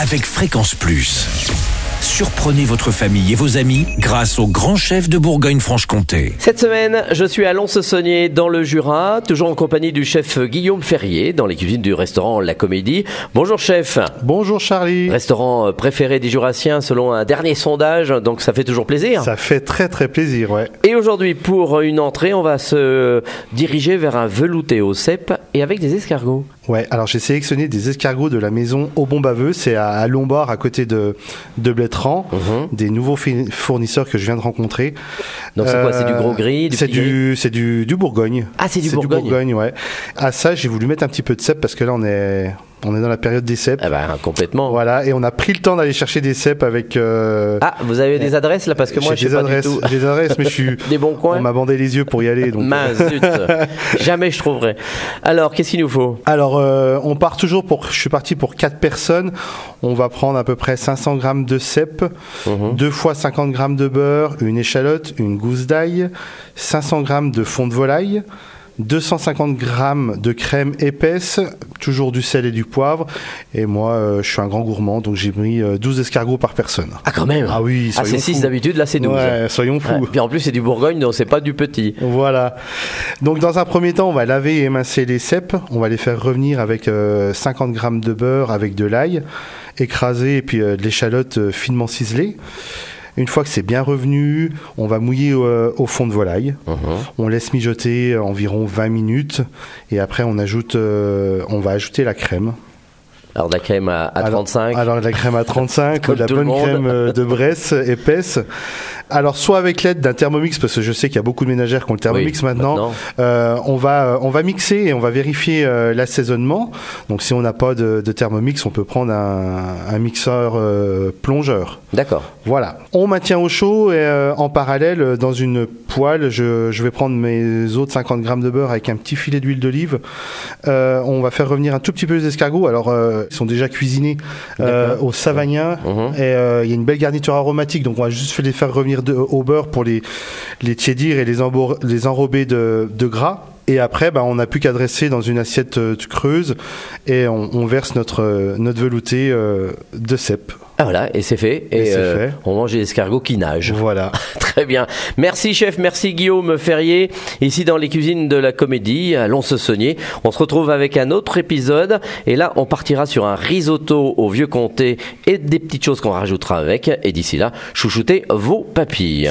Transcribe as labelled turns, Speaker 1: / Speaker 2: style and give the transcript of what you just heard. Speaker 1: avec Fréquence Plus. Surprenez votre famille et vos amis grâce au grand chef de Bourgogne-Franche-Comté.
Speaker 2: Cette semaine, je suis à Lons-Saunier dans le Jura, toujours en compagnie du chef Guillaume Ferrier dans les cuisines du restaurant La Comédie. Bonjour chef,
Speaker 3: Bonjour Charlie.
Speaker 2: restaurant euh, préféré des Jurassiens selon un dernier sondage, donc ça fait toujours plaisir.
Speaker 3: Ça fait très très plaisir, ouais.
Speaker 2: Et aujourd'hui, pour une entrée, on va se diriger vers un velouté au cèpe et avec des escargots.
Speaker 3: Ouais, alors j'ai sélectionné des escargots de la maison Au Bon Baveux, c'est à, à Lombard, à côté de, de Blétran, des nouveaux fi- fournisseurs que je viens de rencontrer.
Speaker 2: Mhm.
Speaker 3: Euh,
Speaker 2: Donc c'est quoi, c'est du gros gris, du
Speaker 3: C'est
Speaker 2: petit
Speaker 3: du, c'est du, du Bourgogne.
Speaker 2: Ah, c'est du Bourgogne.
Speaker 3: ouais. À ça, j'ai voulu mettre un petit peu de cèpe parce que là, on est, on est dans la période des cèpes.
Speaker 2: Eh ben, complètement.
Speaker 3: Voilà, et on a pris le temps d'aller chercher des cèpes avec. euh,
Speaker 2: Ah, vous avez des adresses là parce que moi je
Speaker 3: j'ai des
Speaker 2: sais pas du
Speaker 3: adresses,
Speaker 2: tout.
Speaker 3: j'ai des adresses, mais je suis.
Speaker 2: Des bons coins
Speaker 3: On m'a bandé les yeux pour y aller, donc. euh,
Speaker 2: Mince, zut. Jamais je trouverai. Alors, qu'est-ce qu'il nous faut
Speaker 3: Alors, euh, on part toujours pour. Je suis parti pour 4 personnes. On va prendre à peu près 500 grammes de cèpe, 2 fois 50 grammes de beurre, une échalote, une gousse d'ail, 500 grammes de fond de volaille. 250 grammes de crème épaisse, toujours du sel et du poivre. Et moi, euh, je suis un grand gourmand, donc j'ai mis euh, 12 escargots par personne.
Speaker 2: Ah, quand même
Speaker 3: Ah oui,
Speaker 2: Ah,
Speaker 3: soyons
Speaker 2: c'est 6
Speaker 3: fous.
Speaker 2: d'habitude, là c'est 12.
Speaker 3: Ouais, euh, soyons fous.
Speaker 2: Ouais. Puis en plus, c'est du Bourgogne, donc c'est pas du petit.
Speaker 3: Voilà. Donc dans un premier temps, on va laver et émincer les cèpes. On va les faire revenir avec euh, 50 grammes de beurre, avec de l'ail, écrasé et puis euh, de l'échalote euh, finement ciselée. Une fois que c'est bien revenu, on va mouiller euh, au fond de volaille. On laisse mijoter euh, environ 20 minutes et après on ajoute, euh, on va ajouter la crème.
Speaker 2: Alors, de la crème à, à
Speaker 3: Alors-
Speaker 2: 35.
Speaker 3: Alors, de la crème à 35, ou
Speaker 2: Comme
Speaker 3: de la
Speaker 2: tout le
Speaker 3: bonne
Speaker 2: monde.
Speaker 3: crème euh, de Bresse euh, épaisse. Alors, soit avec l'aide d'un thermomix, parce que je sais qu'il y a beaucoup de ménagères qui ont le thermomix
Speaker 2: Oui,
Speaker 3: maintenant,
Speaker 2: maintenant.
Speaker 3: euh, on, va, euh, on va mixer et on va vérifier euh, l'assaisonnement. Donc, si on n'a pas de, de thermomix, on peut prendre un, un mixeur euh, plongeur.
Speaker 2: D'accord.
Speaker 3: Voilà. On maintient au chaud et euh, en parallèle, euh, dans une poêle, je, je vais prendre mes autres 50 grammes de beurre avec un petit filet d'huile d'olive. Euh, on va faire revenir un tout petit peu les escargots. Alors, euh, ils sont déjà cuisinés euh, au savagnin et euh, il y a une belle garniture aromatique. Donc, on va juste les faire revenir de- au beurre pour les, les tiédir et les, embor- les enrober de, de gras. Et après, bah, on n'a plus qu'à dresser dans une assiette euh, creuse et on, on verse notre, euh, notre velouté euh, de cèpe.
Speaker 2: Ah, voilà, et c'est fait. Et, euh,
Speaker 3: Et c'est fait.
Speaker 2: on mange des escargots qui nagent.
Speaker 3: Voilà.
Speaker 2: Très bien. Merci chef, merci Guillaume Ferrier, ici dans les cuisines de la comédie à Lons-Saunier. On se retrouve avec un autre épisode et là on partira sur un risotto au vieux comté et des petites choses qu'on rajoutera avec. Et d'ici là, chouchoutez vos papilles.